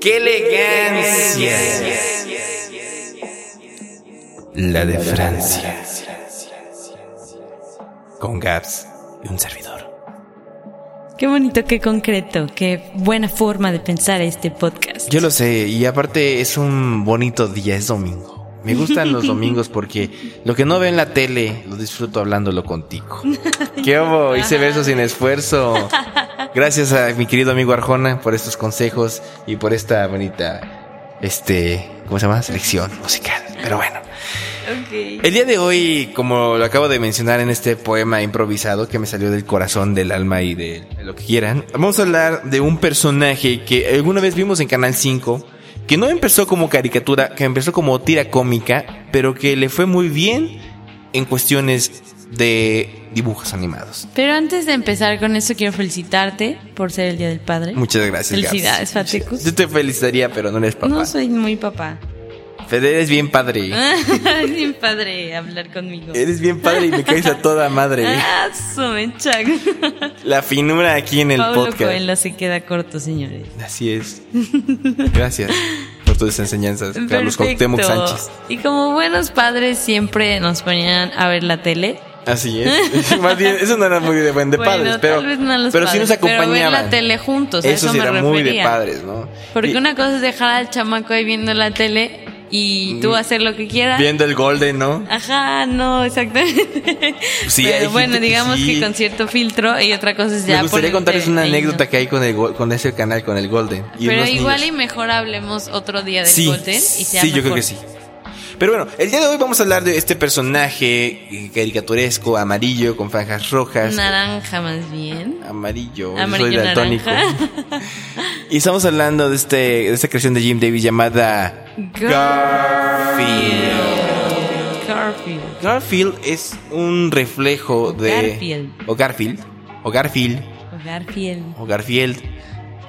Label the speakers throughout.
Speaker 1: ¡Qué elegancia! La de Francia. Con Gaps y un servidor.
Speaker 2: Qué bonito, qué concreto, qué buena forma de pensar este podcast.
Speaker 1: Yo lo sé, y aparte es un bonito día, es domingo. Me gustan los domingos porque lo que no veo en la tele lo disfruto hablándolo contigo. ¿Qué hubo? Hice verso sin esfuerzo. Gracias a mi querido amigo Arjona por estos consejos y por esta bonita, este, ¿cómo se llama? Selección musical. Pero bueno.
Speaker 2: Ok.
Speaker 1: El día de hoy, como lo acabo de mencionar en este poema improvisado que me salió del corazón, del alma y de lo que quieran, vamos a hablar de un personaje que alguna vez vimos en Canal 5, que no empezó como caricatura, que empezó como tira cómica, pero que le fue muy bien en cuestiones de dibujos animados.
Speaker 2: Pero antes de empezar con eso, quiero felicitarte por ser el Día del Padre.
Speaker 1: Muchas gracias. Gabs.
Speaker 2: Felicidades, Fatecus.
Speaker 1: Yo te felicitaría, pero no eres papá.
Speaker 2: No Ah. soy muy papá.
Speaker 1: Pero eres bien padre.
Speaker 2: es bien padre hablar conmigo.
Speaker 1: Eres bien padre y me caes a toda madre.
Speaker 2: Ah, su mechac.
Speaker 1: La finura aquí en el
Speaker 2: Pablo
Speaker 1: podcast.
Speaker 2: Coelho se queda corto, señores.
Speaker 1: Así es. Gracias por tus enseñanzas, Carlos Cuauhtémoc Sánchez.
Speaker 2: Y como buenos padres siempre nos ponían a ver la tele.
Speaker 1: Así es. Más bien, eso no era muy de, buen de
Speaker 2: Bueno,
Speaker 1: padres,
Speaker 2: tal
Speaker 1: pero,
Speaker 2: vez no los
Speaker 1: pero sí nos
Speaker 2: padres, pero ver
Speaker 1: acompañaban.
Speaker 2: la tele juntos, a eso
Speaker 1: sí
Speaker 2: me
Speaker 1: era muy de
Speaker 2: refería.
Speaker 1: padres, ¿no?
Speaker 2: Porque
Speaker 1: Y
Speaker 2: una cosa es dejar al chamaco ahí viendo la tele y
Speaker 1: Mm,
Speaker 2: tú hacer lo que quieras.
Speaker 1: Viendo el Golden, ¿no?
Speaker 2: Ajá, no, exactamente.
Speaker 1: Sí, hay
Speaker 2: Pero
Speaker 1: gente
Speaker 2: bueno,
Speaker 1: que
Speaker 2: digamos que,
Speaker 1: sí.
Speaker 2: con cierto filtro y otra cosa es ya.
Speaker 1: Me gustaría
Speaker 2: ponerte
Speaker 1: contarles una
Speaker 2: ahí, ¿no?
Speaker 1: anécdota que hay con, el, go- con ese canal, con el Golden. Y
Speaker 2: Pero
Speaker 1: unos
Speaker 2: igual
Speaker 1: niños.
Speaker 2: y mejor hablemos otro día del
Speaker 1: sí,
Speaker 2: Golden y sea
Speaker 1: Sí, yo creo
Speaker 2: mejor.
Speaker 1: que sí. Pero bueno, el día de hoy vamos a hablar de este personaje eh, caricaturesco, amarillo, con franjas rojas.
Speaker 2: Naranja más bien.
Speaker 1: Amarillo, yo soy
Speaker 2: Amarillo
Speaker 1: daltónico.
Speaker 2: naranja.
Speaker 1: Y estamos hablando de, este, de esta creación de Jim Davis llamada Garfield.
Speaker 2: Garfield.
Speaker 1: Garfield es un reflejo de.
Speaker 2: Garfield.
Speaker 1: O Garfield. O Garfield.
Speaker 2: O Garfield.
Speaker 1: O Garfield.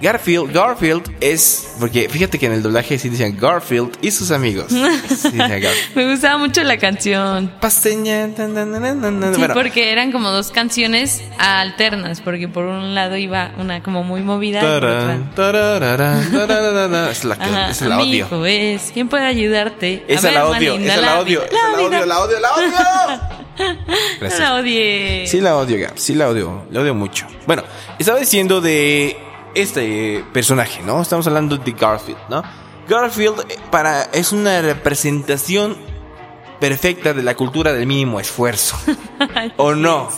Speaker 1: Garfield, Garfield es. Porque fíjate que en el doblaje sí decían Garfield y sus amigos. Sí, decían Garfield.
Speaker 2: Me gustaba mucho la canción.
Speaker 1: Pasteña. tan, tan, tan, tan, tan.
Speaker 2: Sí,
Speaker 1: Bueno,
Speaker 2: porque eran como dos canciones alternas, porque por un lado iba una como muy movida. y por
Speaker 1: tarán,
Speaker 2: otra-
Speaker 1: tarararán, tarararán. Es la que-
Speaker 2: Ajá,
Speaker 1: esa la odio.
Speaker 2: amigo, ¿ves? ¿Quién puede ayudarte? A
Speaker 1: Esa
Speaker 2: ver,
Speaker 1: la
Speaker 2: alma
Speaker 1: odio,
Speaker 2: linda,
Speaker 1: esa la odio,
Speaker 2: vida-
Speaker 1: esa la
Speaker 2: vida.
Speaker 1: odio, la odio, la odio.
Speaker 2: No
Speaker 1: Gracias.
Speaker 2: la odié.
Speaker 1: Sí la odio, Gab, sí la odio, la odio mucho. Bueno, estaba diciendo de este personaje, ¿no? Estamos hablando de Garfield, ¿no? Garfield eh, para, es una representación perfecta de la cultura del mínimo esfuerzo, ¿o no?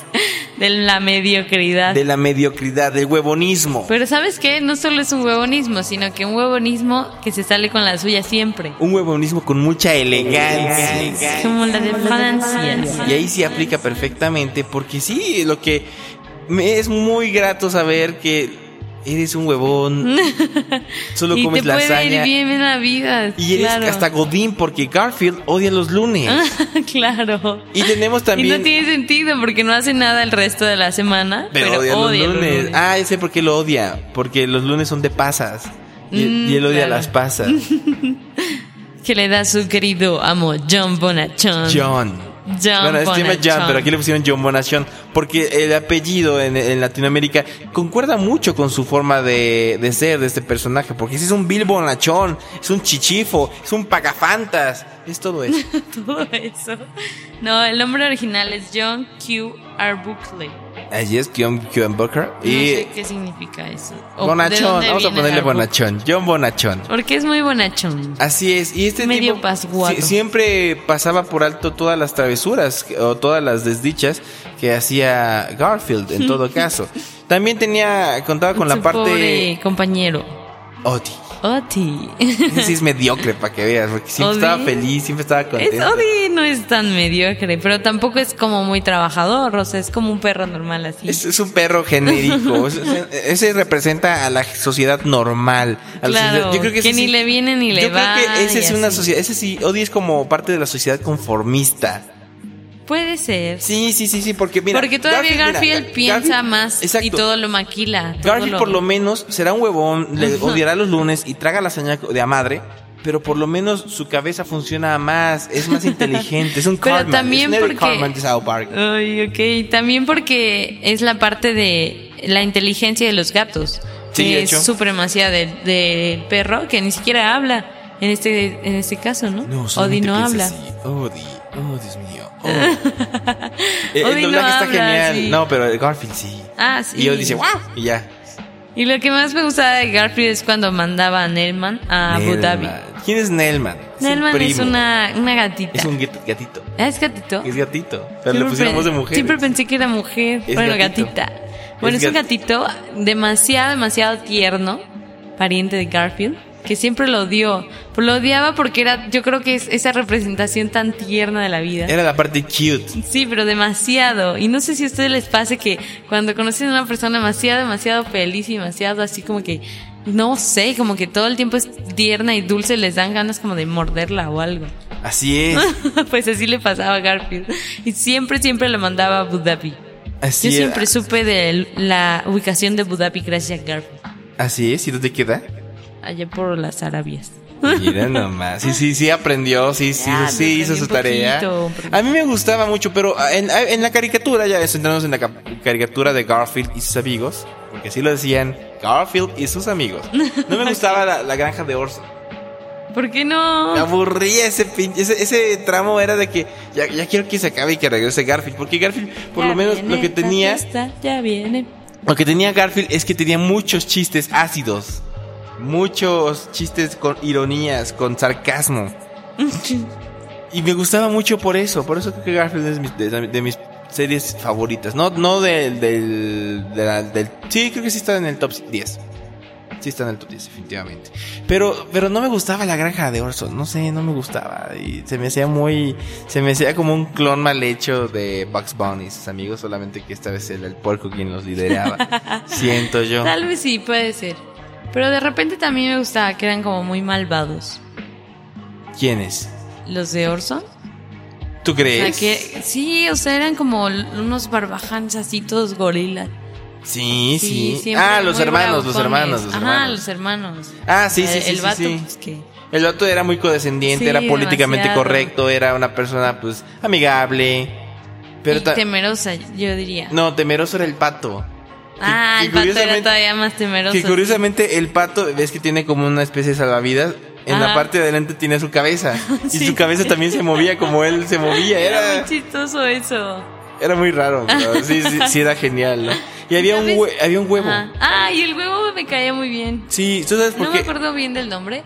Speaker 2: De la mediocridad.
Speaker 1: De la mediocridad, del huevonismo.
Speaker 2: Pero ¿sabes qué? No solo es un huevonismo, sino que un huevonismo que se sale con la suya siempre.
Speaker 1: Un huevonismo con mucha elegancia.
Speaker 2: Como la de Francia.
Speaker 1: Y ahí sí aplica perfectamente, porque sí, lo que me es muy grato saber que eres un huevón, solo
Speaker 2: y
Speaker 1: comes
Speaker 2: te puede ir
Speaker 1: lasaña
Speaker 2: bien en la vida.
Speaker 1: y eres
Speaker 2: claro.
Speaker 1: hasta Godín, porque Garfield odia los lunes.
Speaker 2: claro.
Speaker 1: Y tenemos
Speaker 2: Y
Speaker 1: también...
Speaker 2: no tiene sentido porque no hace nada el resto de la semana.
Speaker 1: pero,
Speaker 2: Pero,
Speaker 1: odia,
Speaker 2: odia
Speaker 1: los lunes. Ah, ya sé por qué lo odia, porque los lunes son de pasas. Y,
Speaker 2: Mm,
Speaker 1: y él odia
Speaker 2: claro.
Speaker 1: las pasas.
Speaker 2: Que le da su querido amo John Bonachon.
Speaker 1: John.
Speaker 2: John
Speaker 1: bueno, se llama John,
Speaker 2: Bonachon.
Speaker 1: pero aquí le pusieron John Bonachon porque el apellido en, en Latinoamérica concuerda mucho con su forma de, de ser de este personaje, porque ese es un Bill Bonachón, es un chichifo, es un pagafantas, es todo eso.
Speaker 2: Todo eso. No, el nombre original es John Q. Arbuckley.
Speaker 1: Allí es John John Booker
Speaker 2: No
Speaker 1: y
Speaker 2: sé qué significa eso. O ¿de
Speaker 1: Bonachón,
Speaker 2: dónde
Speaker 1: vamos a
Speaker 2: viene
Speaker 1: ponerle
Speaker 2: Arbuckle?
Speaker 1: Bonachón, John Bonachón.
Speaker 2: Porque es muy bonachón.
Speaker 1: Así es, y este
Speaker 2: Medio
Speaker 1: tipo
Speaker 2: pasguato.
Speaker 1: si- siempre pasaba por alto todas las travesuras o todas las desdichas que hacía Garfield en todo caso. También tenía contaba con la
Speaker 2: Su
Speaker 1: parte
Speaker 2: pobre compañero.
Speaker 1: Odi.
Speaker 2: Oti.
Speaker 1: Sí es mediocre para que veas, porque siempre
Speaker 2: Odi.
Speaker 1: estaba feliz, siempre estaba
Speaker 2: Es
Speaker 1: contento.
Speaker 2: Odi no es tan mediocre, pero tampoco es como muy trabajador, o sea, es como un perro normal así.
Speaker 1: Es, es un perro genérico. Es- es- Ese representa a la sociedad normal. a la
Speaker 2: Claro,
Speaker 1: sociedad-
Speaker 2: que
Speaker 1: ese
Speaker 2: ni le viene ni le
Speaker 1: yo creo
Speaker 2: va,
Speaker 1: que ese
Speaker 2: y
Speaker 1: es una
Speaker 2: así.
Speaker 1: sociedad. Ese sí, Odi es como parte de la sociedad conformista.
Speaker 2: Puede ser.
Speaker 1: Sí, sí, sí, sí, porque mira.
Speaker 2: Porque todavía
Speaker 1: mira,
Speaker 2: Garfield,
Speaker 1: Gar-
Speaker 2: piensa
Speaker 1: Garfield-
Speaker 2: más y
Speaker 1: Exacto.
Speaker 2: todo lo maquila. todo
Speaker 1: Garfield por lo menos será un huevón, le
Speaker 2: Ajá.
Speaker 1: odiará los lunes y traga lasaña de a madre, pero por lo menos su cabeza funciona más, es más inteligente, es un
Speaker 2: Pero
Speaker 1: Cartman,
Speaker 2: también
Speaker 1: es un Eric
Speaker 2: porque-
Speaker 1: Cartman de South Park.
Speaker 2: Ay, ok. También porque es la parte de la inteligencia de los gatos.
Speaker 1: Sí,
Speaker 2: que
Speaker 1: de
Speaker 2: es
Speaker 1: hecho.
Speaker 2: supremacía del del perro que ni siquiera habla en este, en este caso, ¿no? Odi
Speaker 1: solamente
Speaker 2: no
Speaker 1: piensa
Speaker 2: habla.
Speaker 1: así, Odi, oh Dios mío. oh. Eh,
Speaker 2: Odi
Speaker 1: el
Speaker 2: no
Speaker 1: doblaje está
Speaker 2: habla,
Speaker 1: genial.
Speaker 2: sí.
Speaker 1: No, pero el Garfield sí.
Speaker 2: Ah, sí.
Speaker 1: Y Odi dice, wow, y ya.
Speaker 2: Y lo que más me gustaba de Garfield es cuando mandaba a Nelman a Ah, Abu Dhabi.
Speaker 1: Nelman. ¿Quién es Nelman? un
Speaker 2: Nelman es
Speaker 1: primo.
Speaker 2: una, una gatita.
Speaker 1: Es un gat- gatito.
Speaker 2: Ah, ¿Es gatito?
Speaker 1: Es gatito. Pero le
Speaker 2: Siempre
Speaker 1: pusieron
Speaker 2: pe-
Speaker 1: voz de mujer.
Speaker 2: Siempre pensé que era mujer.
Speaker 1: Es
Speaker 2: bueno,
Speaker 1: gatito.
Speaker 2: gatita. Bueno, es,
Speaker 1: Es
Speaker 2: un gatito demasiado, demasiado tierno, pariente de Garfield, que siempre lo odió. Lo odiaba porque era, yo creo que es esa representación tan tierna de la vida.
Speaker 1: Era la parte cute.
Speaker 2: Sí, pero demasiado. Y no sé si a ustedes les pase que cuando conocen a una persona demasiado, demasiado feliz y demasiado así como que, no sé, como que todo el tiempo es tierna y dulce, les dan ganas como de morderla o algo.
Speaker 1: Así es.
Speaker 2: pues así le pasaba a Garfield. Y siempre, siempre lo mandaba a Abu Dhabi.
Speaker 1: Así
Speaker 2: Yo
Speaker 1: es.
Speaker 2: siempre supe de la ubicación de Abu Dhabi gracias a Garfield.
Speaker 1: Así es. ¿Y dónde queda?
Speaker 2: Allá por las Arabias.
Speaker 1: Mira nomás. Sí, sí, sí aprendió, sí, sí,
Speaker 2: Ya,
Speaker 1: sí
Speaker 2: me
Speaker 1: hizo
Speaker 2: aprendí
Speaker 1: su
Speaker 2: un
Speaker 1: tarea.
Speaker 2: poquito, un poquito.
Speaker 1: A mí me gustaba mucho, pero en, en la caricatura, ya centrándonos en la ca- caricatura de Garfield y sus amigos, porque así lo decían, Garfield y sus amigos. No me gustaba la, la granja de Orson.
Speaker 2: ¿Por qué no?
Speaker 1: Me aburría ese pin- ese, ese tramo era de que ya, ya quiero que se acabe y que regrese Garfield, porque Garfield por
Speaker 2: Ya
Speaker 1: lo menos
Speaker 2: viene
Speaker 1: lo que
Speaker 2: esta
Speaker 1: tenía,
Speaker 2: fiesta, ya viene.
Speaker 1: lo que tenía Garfield es que tenía muchos chistes ácidos, muchos chistes con ironías, con sarcasmo. Y me gustaba mucho por eso. Por eso creo que Garfield es mis- de, de mis series favoritas. No, no del, del, de la- del- Sí, creo que sí está en el top 10. Sí está en el top 10, definitivamente. Pero, pero no me gustaba la granja de Orson. No sé, no me gustaba. Y se me hacía muy... Se me hacía como un clon mal hecho de Bugs Bunny y sus amigos. Solamente que esta vez era el puerco quien los lideraba. Siento yo.
Speaker 2: Tal vez sí, puede ser. Pero de repente también me gustaba que eran como muy malvados.
Speaker 1: ¿Quién es?
Speaker 2: Los de Orson.
Speaker 1: ¿Tú
Speaker 2: O sea
Speaker 1: crees?
Speaker 2: que sí, o sea, eran como unos barbajanes así, todos gorilas.
Speaker 1: Sí, sí.
Speaker 2: siempre
Speaker 1: Ah, los
Speaker 2: muy
Speaker 1: hermanos, los
Speaker 2: bravucones.
Speaker 1: hermanos, los
Speaker 2: Ajá,
Speaker 1: hermanos.
Speaker 2: los hermanos.
Speaker 1: Ah, sí, sí,
Speaker 2: El-
Speaker 1: sí,
Speaker 2: El
Speaker 1: sí,
Speaker 2: vato,
Speaker 1: sí.
Speaker 2: pues que.
Speaker 1: El vato era muy condescendiente,
Speaker 2: Sí,
Speaker 1: era políticamente
Speaker 2: demasiado.
Speaker 1: correcto, era una persona pues amigable. Pero
Speaker 2: y
Speaker 1: ta-
Speaker 2: temerosa, yo diría.
Speaker 1: no, temeroso era el pato. Que-
Speaker 2: ah,
Speaker 1: que
Speaker 2: el pato era
Speaker 1: curiosamente-
Speaker 2: todavía más temeroso.
Speaker 1: Que curiosamente el pato, ves que tiene como una especie de salvavidas. En la
Speaker 2: Ajá.
Speaker 1: parte de adelante tiene su cabeza.
Speaker 2: Sí.
Speaker 1: Y su cabeza también se movía como él se movía.
Speaker 2: Era
Speaker 1: Era,
Speaker 2: muy chistoso eso.
Speaker 1: era muy raro, pero sí, sí, sí era genial, ¿no? Y había un,
Speaker 2: ¿Sabes?
Speaker 1: hue- había un huevo.
Speaker 2: Ajá. Ah, y el huevo me caía muy bien.
Speaker 1: Sí, ¿tú sabes por
Speaker 2: No me
Speaker 1: qué?
Speaker 2: acuerdo bien del nombre.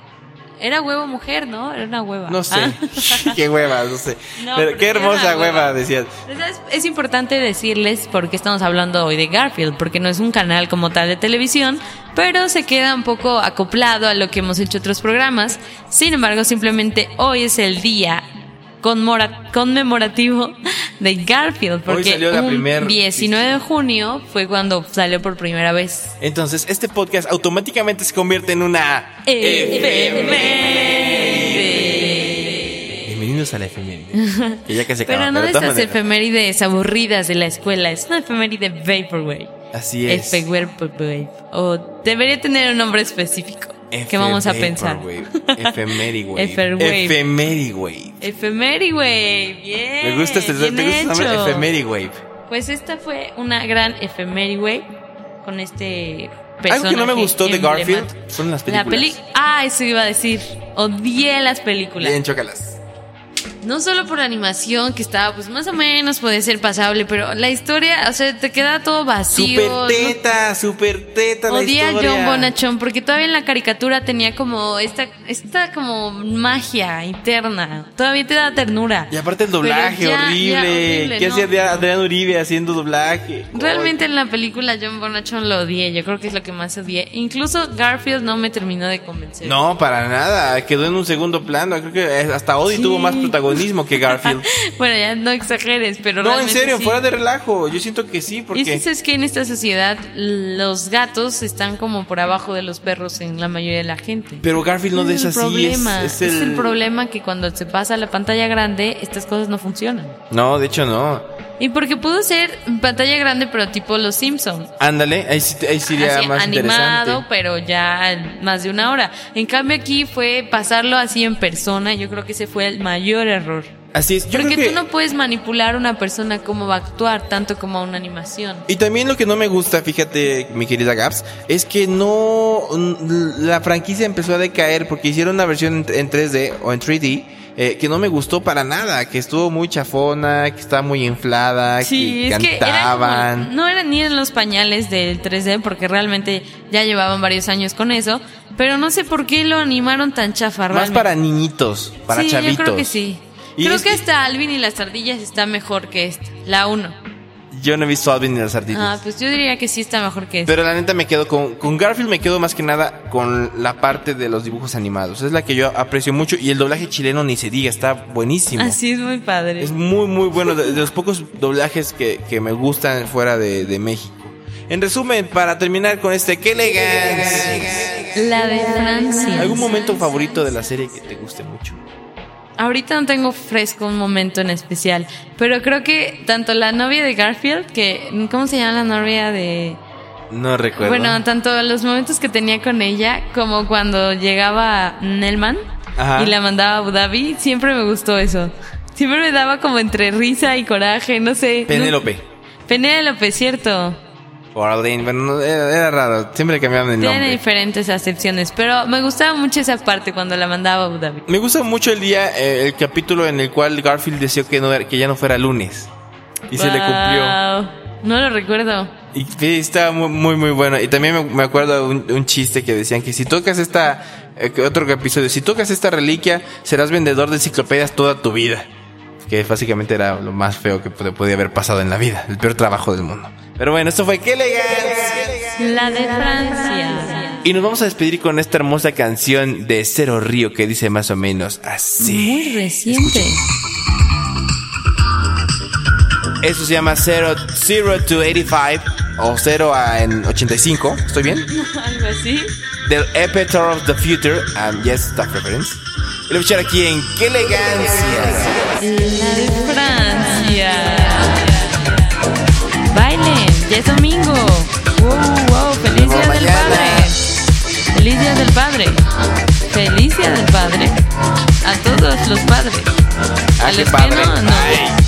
Speaker 2: Era huevo mujer, ¿no? Era una hueva.
Speaker 1: No sé.
Speaker 2: Ah.
Speaker 1: qué hueva, no sé. pero
Speaker 2: No, pero
Speaker 1: qué
Speaker 2: era
Speaker 1: hermosa
Speaker 2: una
Speaker 1: hueva,
Speaker 2: hueva.
Speaker 1: decías.
Speaker 2: Pero, ¿sabes? Es importante decirles por qué estamos hablando hoy de Garfield, porque no es un canal como tal de televisión, pero se queda un poco acoplado a lo que hemos hecho otros programas. Sin embargo, simplemente hoy es el día conmora- conmemorativo de Garfield, porque
Speaker 1: salió la
Speaker 2: un
Speaker 1: primer-
Speaker 2: 19 de junio fue cuando salió por primera vez.
Speaker 1: Entonces, este podcast automáticamente se convierte en una Bienvenidos a la efeméride. Que ya que se acaba.
Speaker 2: Pero no de
Speaker 1: de todas
Speaker 2: esas
Speaker 1: maneras,
Speaker 2: efemérides aburridas de la escuela, es una efeméride vaporwave.
Speaker 1: Así es.
Speaker 2: Efeméride vaporwave. O debería tener un nombre específico. que vamos a pensar?
Speaker 1: Efeméride.
Speaker 2: Efemwave.
Speaker 1: Efeméride.
Speaker 2: Efeméride, bien.
Speaker 1: Me gusta este ¿te
Speaker 2: Eh, bien
Speaker 1: gusta ese nombre?
Speaker 2: hecho.
Speaker 1: Efeméride.
Speaker 2: Pues esta fue una gran efeméride con este
Speaker 1: Algo que no me
Speaker 2: personaje
Speaker 1: gustó de
Speaker 2: emblemático.
Speaker 1: Garfield son las
Speaker 2: La
Speaker 1: películas.
Speaker 2: peli. Ah, eso iba a decir. Odié las películas.
Speaker 1: Bien, chócalas.
Speaker 2: no solo por la animación que estaba pues más o menos puede ser pasable, pero la historia, o sea, te queda todo vacío.
Speaker 1: Super teta, super teta la
Speaker 2: Odia a
Speaker 1: historia.
Speaker 2: John Bonachón porque todavía en la caricatura tenía como esta, esta como magia interna. Todavía te da ternura.
Speaker 1: Y aparte el doblaje
Speaker 2: Pero ya- ya
Speaker 1: horrible.
Speaker 2: horrible,
Speaker 1: ¿Qué
Speaker 2: no.
Speaker 1: hacía de Adrián Uribe haciendo doblaje?
Speaker 2: Realmente en la película John Bonachon lo odié, yo creo que es lo que más odié. Incluso Garfield no me terminó de convencer.
Speaker 1: No, para nada. Quedó en un segundo plano. Creo que hasta Odie
Speaker 2: Sí.
Speaker 1: tuvo más protagonismo que Garfield.
Speaker 2: Bueno, ya no exageres, pero
Speaker 1: no, en
Speaker 2: realmente
Speaker 1: serio,
Speaker 2: sí.
Speaker 1: fuera de relajo. Yo siento que sí,
Speaker 2: Y
Speaker 1: porque.
Speaker 2: es que sabes que en esta sociedad los gatos están como por abajo de los perros en la mayoría de la gente.
Speaker 1: Pero Garfield no
Speaker 2: Ese
Speaker 1: es, así.
Speaker 2: el problema.
Speaker 1: Es, es el...
Speaker 2: problema que cuando se pasa a la pantalla grande, estas cosas no funcionan.
Speaker 1: No, de hecho no.
Speaker 2: Y porque pudo ser pantalla grande, pero tipo Los Simpsons.
Speaker 1: Ándale, ahí sí, ahí sí iría
Speaker 2: Así,
Speaker 1: más
Speaker 2: animado,
Speaker 1: interesante.
Speaker 2: pero ya en más de una hora. En cambio aquí fue pasarlo así en persona. Yo creo que ese fue el mayor error.
Speaker 1: Así es. Yo
Speaker 2: Porque
Speaker 1: creo que...
Speaker 2: tú no puedes manipular a una persona cómo va a actuar, tanto como a una animación.
Speaker 1: Y también lo que no me gusta, fíjate, mi querida Gaps, es que no. mm, La franquicia empezó a decaer porque hicieron una versión en- en 3D o en 3D. eh, que no me gustó para nada, que estuvo muy chafona, que estaba muy inflada, que
Speaker 2: Sí, es que eran como-
Speaker 1: cantaban.
Speaker 2: no eran ni en los pañales del 3D porque realmente ya llevaban varios años con eso, pero no sé por qué lo animaron tan chafa.
Speaker 1: Más
Speaker 2: realmente.
Speaker 1: para niñitos, para
Speaker 2: sí,
Speaker 1: chavitos.
Speaker 2: Yo creo que sí.
Speaker 1: Y
Speaker 2: creo
Speaker 1: es
Speaker 2: que
Speaker 1: que-
Speaker 2: hasta Alvin y las ardillas está mejor que esta, la 1.
Speaker 1: Yo no he visto Alvin y las ardillas.
Speaker 2: Ah, pues yo diría que sí está mejor que este. esta.
Speaker 1: Pero la neta me quedo con, con Garfield, me quedo más que nada con la parte de los dibujos animados. Es la que yo aprecio mucho y el doblaje chileno ni se diga, está buenísimo.
Speaker 2: Así es muy padre.
Speaker 1: Es muy, muy bueno, de, de los pocos doblajes que, que me gustan fuera de, de México. En resumen, para terminar con este, ¡qué elegancia!
Speaker 2: La de Francia.
Speaker 1: ¿Algún momento favorito de la serie que te guste mucho?
Speaker 2: Ahorita no tengo fresco un momento en especial, pero creo que tanto la novia de Garfield, que ¿cómo se llama la novia de
Speaker 1: No recuerdo.
Speaker 2: Bueno, tanto los momentos que tenía con ella como cuando llegaba Nelman
Speaker 1: Ajá.
Speaker 2: y la mandaba a Abu Dhabi, siempre me gustó eso. Siempre me daba como entre risa y coraje, no sé. no-
Speaker 1: Penélope.
Speaker 2: Penélope, cierto.
Speaker 1: Orlin, bueno, no, era, era raro, siempre cambiaban el
Speaker 2: Tiene
Speaker 1: nombre.
Speaker 2: diferentes acepciones, pero me gustaba mucho esa parte cuando la mandaba a Abu Dhabi.
Speaker 1: Me gusta mucho el día, eh, el capítulo en el cual Garfield deseó que, no, era- que ya no fuera lunes. Y se le cumplió.
Speaker 2: cumplió. No lo recuerdo.
Speaker 1: Y que estaba muy, muy, muy bueno. Y también me, me acuerdo de un, un chiste que decían que si tocas esta, eh, que otro episodio, si tocas esta reliquia, serás vendedor de enciclopedias toda tu vida. Que básicamente era lo más feo que pod- podía haber pasado en la vida, el peor trabajo del mundo. Pero bueno, esto fue ¡Qué elegancia!
Speaker 2: La de Francia.
Speaker 1: Y nos vamos a despedir con esta hermosa canción de Cero Río que dice más o menos así.
Speaker 2: Muy reciente.
Speaker 1: Eso se llama 0 zero to 85 o 0 a en 85, ¿estoy bien?
Speaker 2: Algo así.
Speaker 1: del Epitaph of the Future, and yes, that reference. Y lo voy a echar aquí en ¡Qué elegancia!
Speaker 2: La de Francia. Bailen, ya es domingo. Wow, wow, feliz
Speaker 1: Nos
Speaker 2: día
Speaker 1: vemos
Speaker 2: del
Speaker 1: mañana.
Speaker 2: padre. Feliz día del padre. Feliz día del padre. A todos los padres. A
Speaker 1: Ah, qué
Speaker 2: los
Speaker 1: padre.
Speaker 2: que no, no.
Speaker 1: Ay.